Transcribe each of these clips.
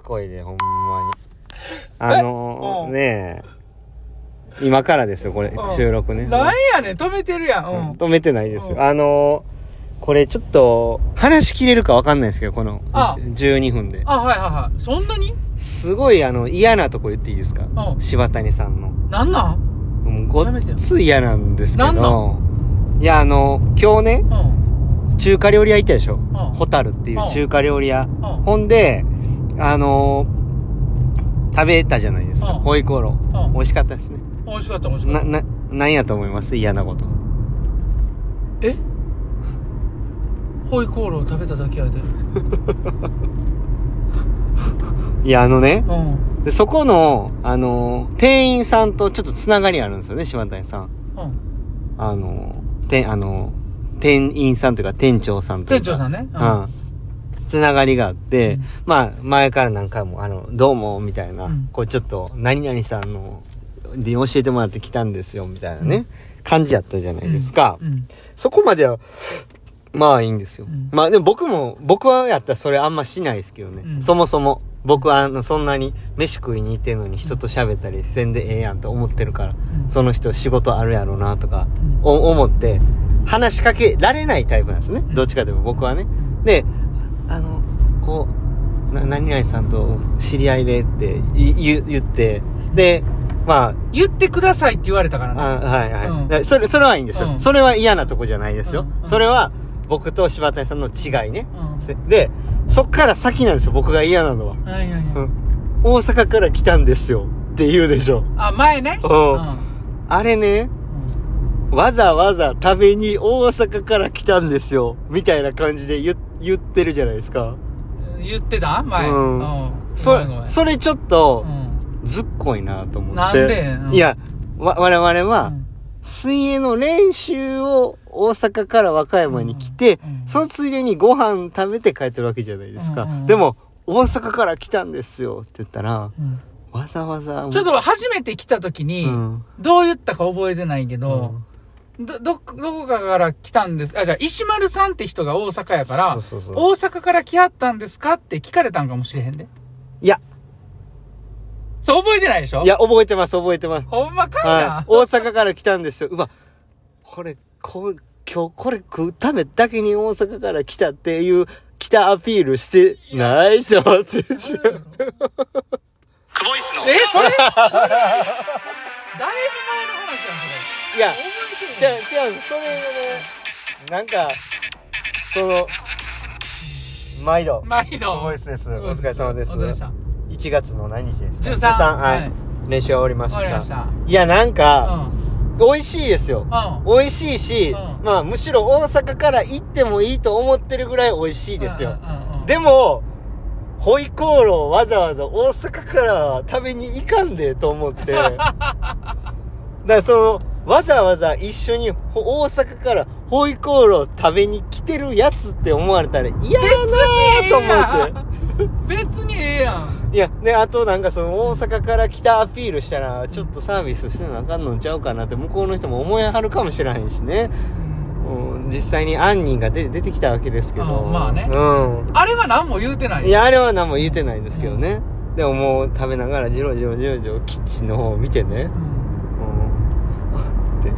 声で、ほんまに。あのえうんねえ、今からですよ、これう、ん収録ね。なんやねん、止めてるやん。ううんん。止めてないですよ。うんあのこれちょっと、話し切れるかわかんないですけど、このあ12分で。あ、はいはいはい。そんなにすごいあの、嫌なとこ言っていいですかうん柴谷さんの。なんなんもうごっつい嫌なんですけなんなど。いや、あの、今日ね、うん。中華料理屋行ったでしょホうタルっていう中華料理屋。ん。うん。ほんで、あのー食べたじゃないですか。うんホイコーロー。うん美味しかったですね。美味しかった、美味しかな、った。な、なんやと思います嫌なこと。えホイコーロー食べただけやで。いや、あのね、うん。でそこの、あのー店員さんとちょっとつながりあるんですよね、島谷さん。うん。あのー店、あのー店員さんというか店長さんという店か。長さんね。ううん。つながりがあって、うんまあ、前から何回も、あの、どうも、みたいな、うんこう、ちょっと、何々さんの、で教えてもらって来たんですよ、みたいなね、感じやったじゃないですか。うん。そこまでは、まあいいんですよ。うんまあ、でも僕も、僕はやったらそれあんましないですけどね。うんそもそも、僕は、あの、そんなに、飯食いに行ってんのに人と喋ったりせんでええやんと思ってるから、うんその人仕事あるやろうな、とか、うんお思って、話しかけられないタイプなんですね。んどっちかというと僕はね。んで、あの、こう、な何々さんと知り合いでってい言言って、で、ま言ってくださいって言われたかあ、らね。あはいはい、うんでそれ、それはいいんですよ、うんそれは嫌なとこじゃないですよ。うんうんそれは僕と柴谷さんの違いね。うん。せで、そっから先なんですよ、僕が嫌なのは。はいはいうはい。ん大阪から来たんですよって言うでしょ。あ、前ね。うんうんあれね、わざわざ食べに大阪から来たんですよ、みたいな感じで言言ってるじゃないですか。うん言ってた前。うんうんそごめんごめんそれちょっとう、んずっこいなと思って。なんでうんいや、わ、我々うは、ん水泳の練習を大阪から和歌山に来て、うんうんそのついでにご飯食べて帰ってるわけじゃないですか。うんうんでも、大阪から来たんですよって言ったら、うんわざわざ。ちょっと初めて来た時うに、ん、どう言ったか覚えてないけうど、ど、どこ、どこかから来たんです。あ、じゃあ、石丸さんって人が大阪やから、そうそうそう大阪から来はったんですかって聞かれたんかもしれへんで。いや、そう、覚えてないでしょいや、覚えてます、覚えてます。ほんまかいはな。い。大阪から来たんですよ。うわ、これ、こう、今日これ食うためだけに大阪から来たっていう、来たアピールしてないって思ってるんですよ。クボイスのえ、それだいぶ前の話いや、じやゃん、それ。覚えてる。あ、違う、それでね、なんか、その、毎度。毎度。ボイスです。お疲れ様です。お疲れ様1月の何日ですか13はい。はい練習は終わりましでしたた。わかりました。いや、なんうか、ん。美味しいですよ。うん。美味しいし、うんまあむしろ大阪から行ってもいいと思ってるぐらい美味しいですよ。うん。うん、でも、ホイコーローをわざわざ大阪から食べに行かんでと思 って。だからその、わざわざ一緒にほ大阪からホイコーロー食べに来てるやつって思われたら嫌やなぁと思って。って。別にええやん。いや、ね、あとなんかその大阪から来たアピールしたら、ちょっとサービスしてなあかんのんちゃうかなって向こうの人も思いはるかもしれへんしね。うん実際にアンニーが出出てきたわけですけど。あまあねうあれは何も言うてないん。いや、あれは何も言ってないんですけどね。でももう食べながらじろじろじろじろキッチンの方を見てねう。うんんあって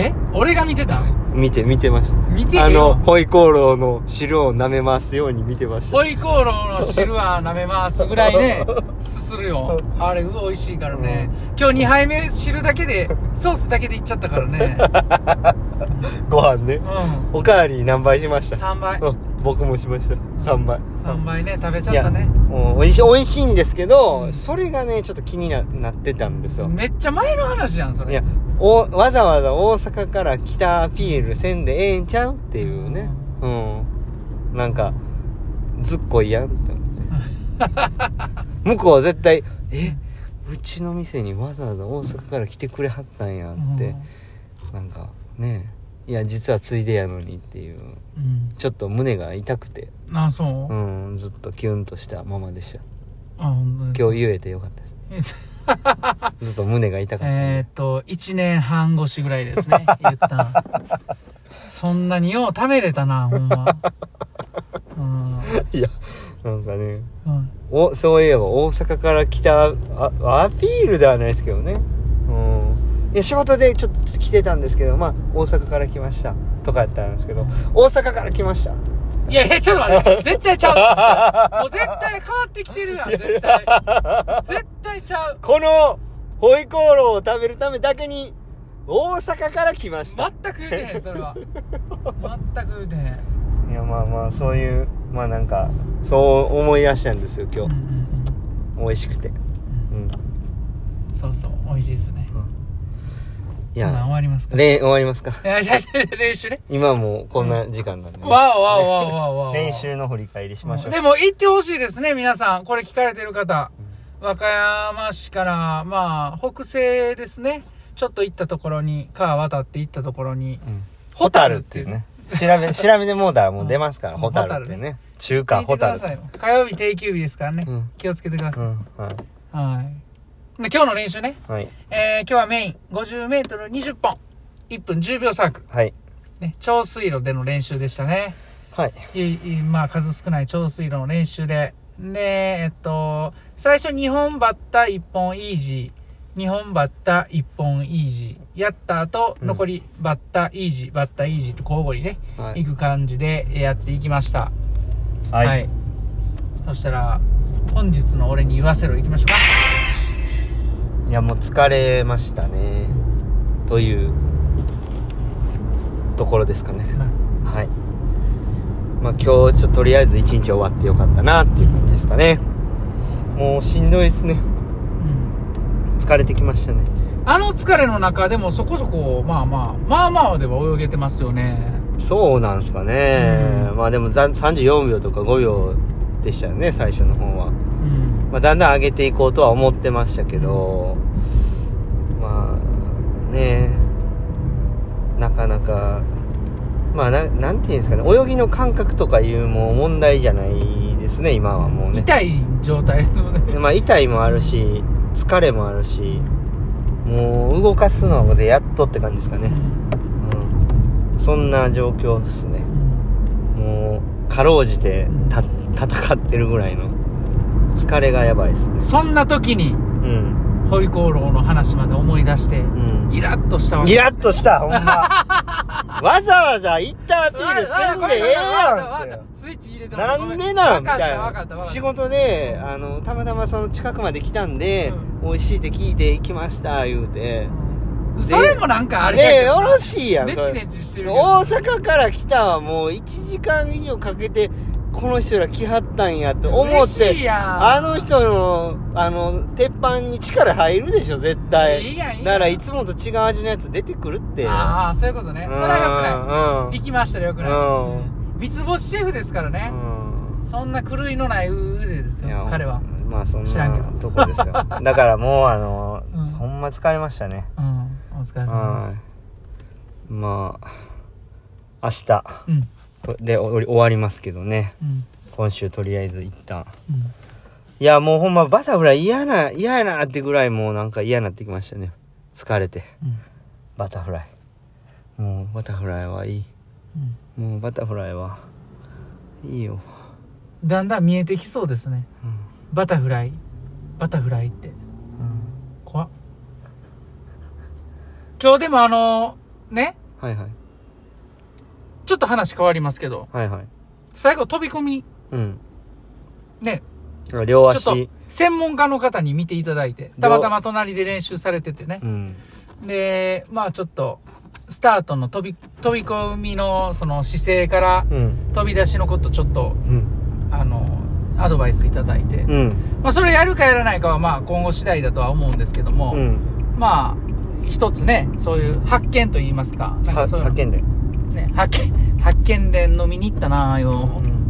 え俺が見てた見て、見てまし見てた。あるの、よ。ホイコーローの汁を舐めますように見てました。ホイコーローの汁は舐めますぐら いね、すするよ。あれ、うわ美味しいからね。今日2杯目汁だけで、ソースだけでいっちゃったからね。ご飯ねう。ん。おかわり何倍しました3倍う。ん、僕もしました。3倍。 3倍ね、食べちゃったね。もう美味しい、美味しいんですけど、うんそれがね、ちょっと気にななってたんですよ。めっちゃ前の話やん、それ。いや、お、わざわざ大阪から来たアピールせんでええんちゃうっていうね。うん。なんか、ずっこいやんって思って。向こうは絶対、え、うちの店にわざわざ大阪から来てくれはったんやって、なんかね、いや、実はついでやのにっていう、うん。ちょっと胸が痛くて、うん。あ、そう。うん、ずっとキュンとしたままでした。あ、ほんとに今日言えてよかった です。ずっと胸が痛かった。えーっと、1年半越しぐらいですね、言ったん そんなによう食べれたな、ほんま。うんいや、なんかね、うんおそういえば大阪から来たあアピールではないですけどねうんいや仕事でちょっと来てたんですけどまあ大阪から来ましたとかやったんですけど大阪から来ましたいやいや、ちょっと待って。絶対ちゃう。もう絶対変わってきてるやん、絶対。絶対ちゃう。このホイコーローを食べるためだけに大阪から来ました全く言うてへん、それは。全く言うてへん。いやまあまあそういうまあなんかそう思い出したんですよ今うん日う、ん美味しくてうんうんそうそう、美味しいですね。いいや、終やわりますか。れ終わりますかいやいやいや練習ね。今もうこんな時間なんでね、わおわおわおわおわお。練習の振り返りしましょうでも行ってほしいですね、皆さん。これ聞かれてる方。和歌山市から、まあ、北西ですね。ちょっと行ったところに、川渡って行ったところに。うんホホタタルルっってていいううね調べ調べてもうたらもう出ますから、うんホタルってホタね中聞華いてホくだタさいルよ火曜日定休日ですからね。うん気をつけてくだうさい。んははい。で、今日の練習ね。いはいえー、今日はメイン、50メートル20本。1分10秒サークル。はいね、超水路での練習でしたね。はいいいまあ、数少ない超水路の練習で。で、えっと、最初2本バッタ1本イージー。2本バッタ1本イージー。やった後、うん残りバッタイージー、バッタイージーと交互にね、、はいいく感じでやっていきました。はい、そしたら、本日の俺に言わせろ行きましょういやもう疲れましたねというところですかねか。はいまあ今日ちょっととりあえず一日終わってよかったなっていう感じですかねもうしんどいですねうん疲れてきましたねあの疲れの中でもそこそこ、まあまあ、まあまあでは泳げてますよね。そうなんですかね、うんまあでもざん34秒とか5秒でしたよね最初の方は、うん。まあ、だんだん上げていこうとは思ってましたけど、まあねなかなかまあななんていうんですかね泳ぎの感覚とかいうもう問題じゃないですね今はもうね痛い状態ですもんね。まあ痛いもあるし疲れもあるしもう動かすのでやっとって感じですかね、うん、そんな状況ですねもうかろうじてた戦ってるぐらいの疲れがやばいですねそんな時に、うんホイコーローの話まで思い出して、うんイラッとしたわけイラッとしたほん まわざわざ行ったアピールせんでええわかったわかったやわかんっったスイッチ入れてたなごめんでなんみわかったいわかっなたわかった仕事であのたまたまその近くまで来たんで、美味しいって聞いて行きました言うてうんそれもなんかあれねえやよけどろしいやんネそれチネチしてるけど大阪から来たはもう1時間以上かけてこの人ら来はったんやって思っ嬉しいてやんあの人のあの鉄板に力入るでしょ絶対いいやんいいやんだからいつもと違う味のやつ出てくるってああそういうことねそれはよくないよ行きましたらよくない、うんうん三つ星シェフですからね、そんな狂いのない腕ですよ彼は、まあそん知らんけどなとこです よだからもうあの、うんほんま疲れましたねうん、お疲れ様はですいまあ明日うんとでお終わりますけどねうん今週とりあえず一旦うんいや、もうほんまバタフライ嫌な、嫌やなってぐらいもうなんか嫌になってきましたね。疲れて。うんバタフライ。もうバタフライはいい。うんもうバタフライはいいよ。だんだん見えてきそうですねうん。バタフライバタフライってうん怖っ今日でもあのねはいはい。ちょっと話変わりますけどはいはい。最後飛び込みうん。ね両ちょっと足。専門家の方に見ていただいてたまたま隣で練習されててねうん。でまあちょっとスタートの飛び飛び込みのその姿勢からうん。飛び出しのことちょっとうん。あのアドバイスいただいて、うん。まあ、それやるかやらないかはまあ今後次第だとは思うんですけども、うん。まあ一つねそういう発見といいますかなんは、かそういうの派遣で。ね、発見発見で飲みに行ったなあよ、うん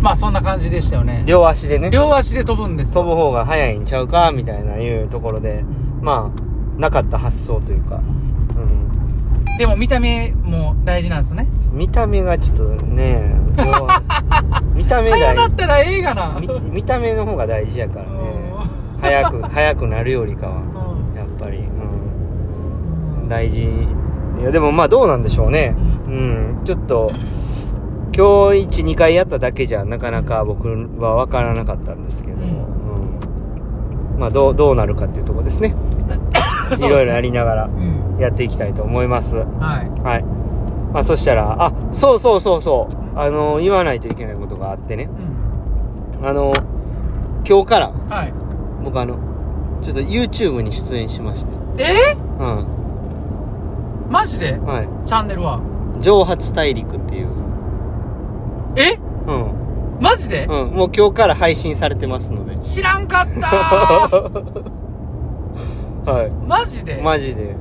まあそんな感じでしたよね両足でね。両足で飛ぶんです飛ぶ方が早いんちゃうかみたいないうところでう。んまあ、なかった発想というか。うんうん。でも見た目も大事なんですよね見た目がちょっとねもう見た目早なだったらええがな、見見た目の方が大事やからね早く早くなるよりかはやっぱり、うん、うん大事いやでもまあどうなんでしょうねうんちょっと今日1、2回やっただけじゃなかなか僕は分からなかったんですけど、うんうんまあどう、どうなるかっていうところです ね。ですねいろいろやりながらうん。やっていきたいと思います。ははい。い。まあそしたら、あ、そうそうそうそう。あの、言わないといけないことがあってね。うん。あの、今日からはい。僕あの、ちょっと YouTube に出演しまして。えうーん。は。マジでチャンネルはい蒸発大陸っていう。えうん。マジでうん、もう今日から配信されてますので。 知らんかったーはマジい。でマジで。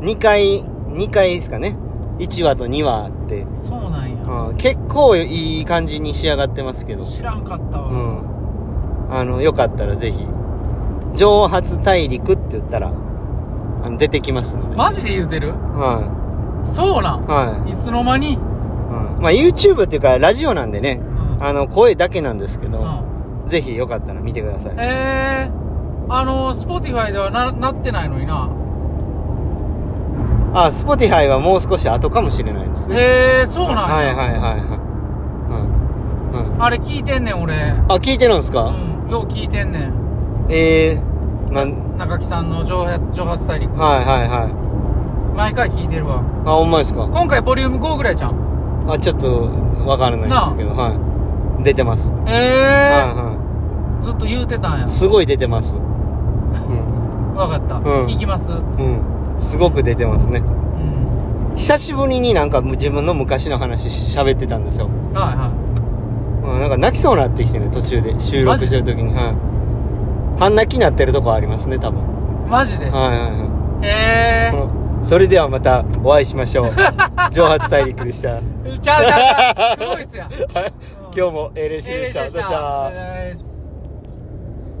2回、2回ですかね。1話と2話あって。そうなんや。うん、結構いい感じに仕上がってますけど。知らんかったうわ。ん。あの、よかったらぜひ。蒸発大陸って言ったら、あの出てきますので。マジで言うてるは。そうないん。はいつの間い。にうん、まあ YouTube っていうかラジオなんでね、うんあの、声だけなんですけうど、ん。ぜひよかったら見てください。えー、あの、スポティファイではな、なってないのにな。あ、Spotify はもう少し後かもしれないですね。へえー、そうなんや。はいはいはいはい。うん。うん。あれ聞いてんねん、俺。あ、聞いてるんですうか、ん。よう聞いてんねん。ええー、なん、中木さんの蒸発蒸発大陸。はいはいはい。毎回聞いてるわ。あ、ほんまですか今回ボリューム5ぐらいじゃん。あ、ちょっと、わからないんですけど、はい。出てます。えはいえーはずっと言うてたんやい。。すごい出てます。うん。わかった。うん聞きます。ううん。すごく出てますね。ん。久しぶりになんか自分の昔の話喋ってたんですよ。はいは。うん、なんか泣きそうになってきてね、途中で。収録してる時に。はい。半泣きになってるとこありますね、多分。はいマジでい。はいはい。ええそれではまたお会いしまし ょう。蒸発大陸でした。 ー。ちゃうちゃうちゃう。すごいっすやん。今日も A 練習でした。ええどうでししたた。